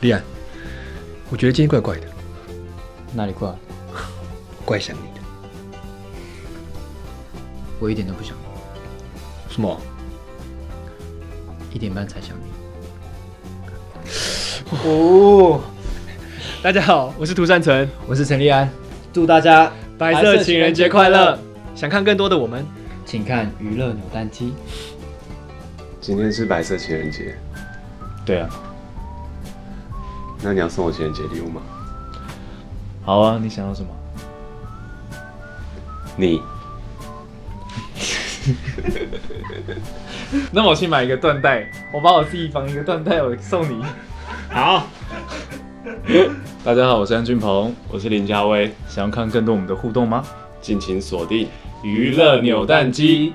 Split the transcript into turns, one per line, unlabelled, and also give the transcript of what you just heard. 李安，我觉得今天怪怪的，
哪里怪？
怪想你的。
我一点都不想，
什么？
一点半才想你。
哦，
大家好，我是涂善成，
我是陈立安，
祝大家
白
白
色
色
情
情
人
人
节
节
快
快
乐
乐！
想看更多的我们，
请看娱乐扭蛋机。
今天是白色情人节，
对啊，
那你要送我情人节礼物吗？
好啊，你想要什么？
你
那我去买一个缎带，我把我自己绑一个缎带，我送你。
好，
大家好，我是安俊鹏，我是林家威。想要看更多我们的互动吗？
尽情锁定
娱乐扭蛋机。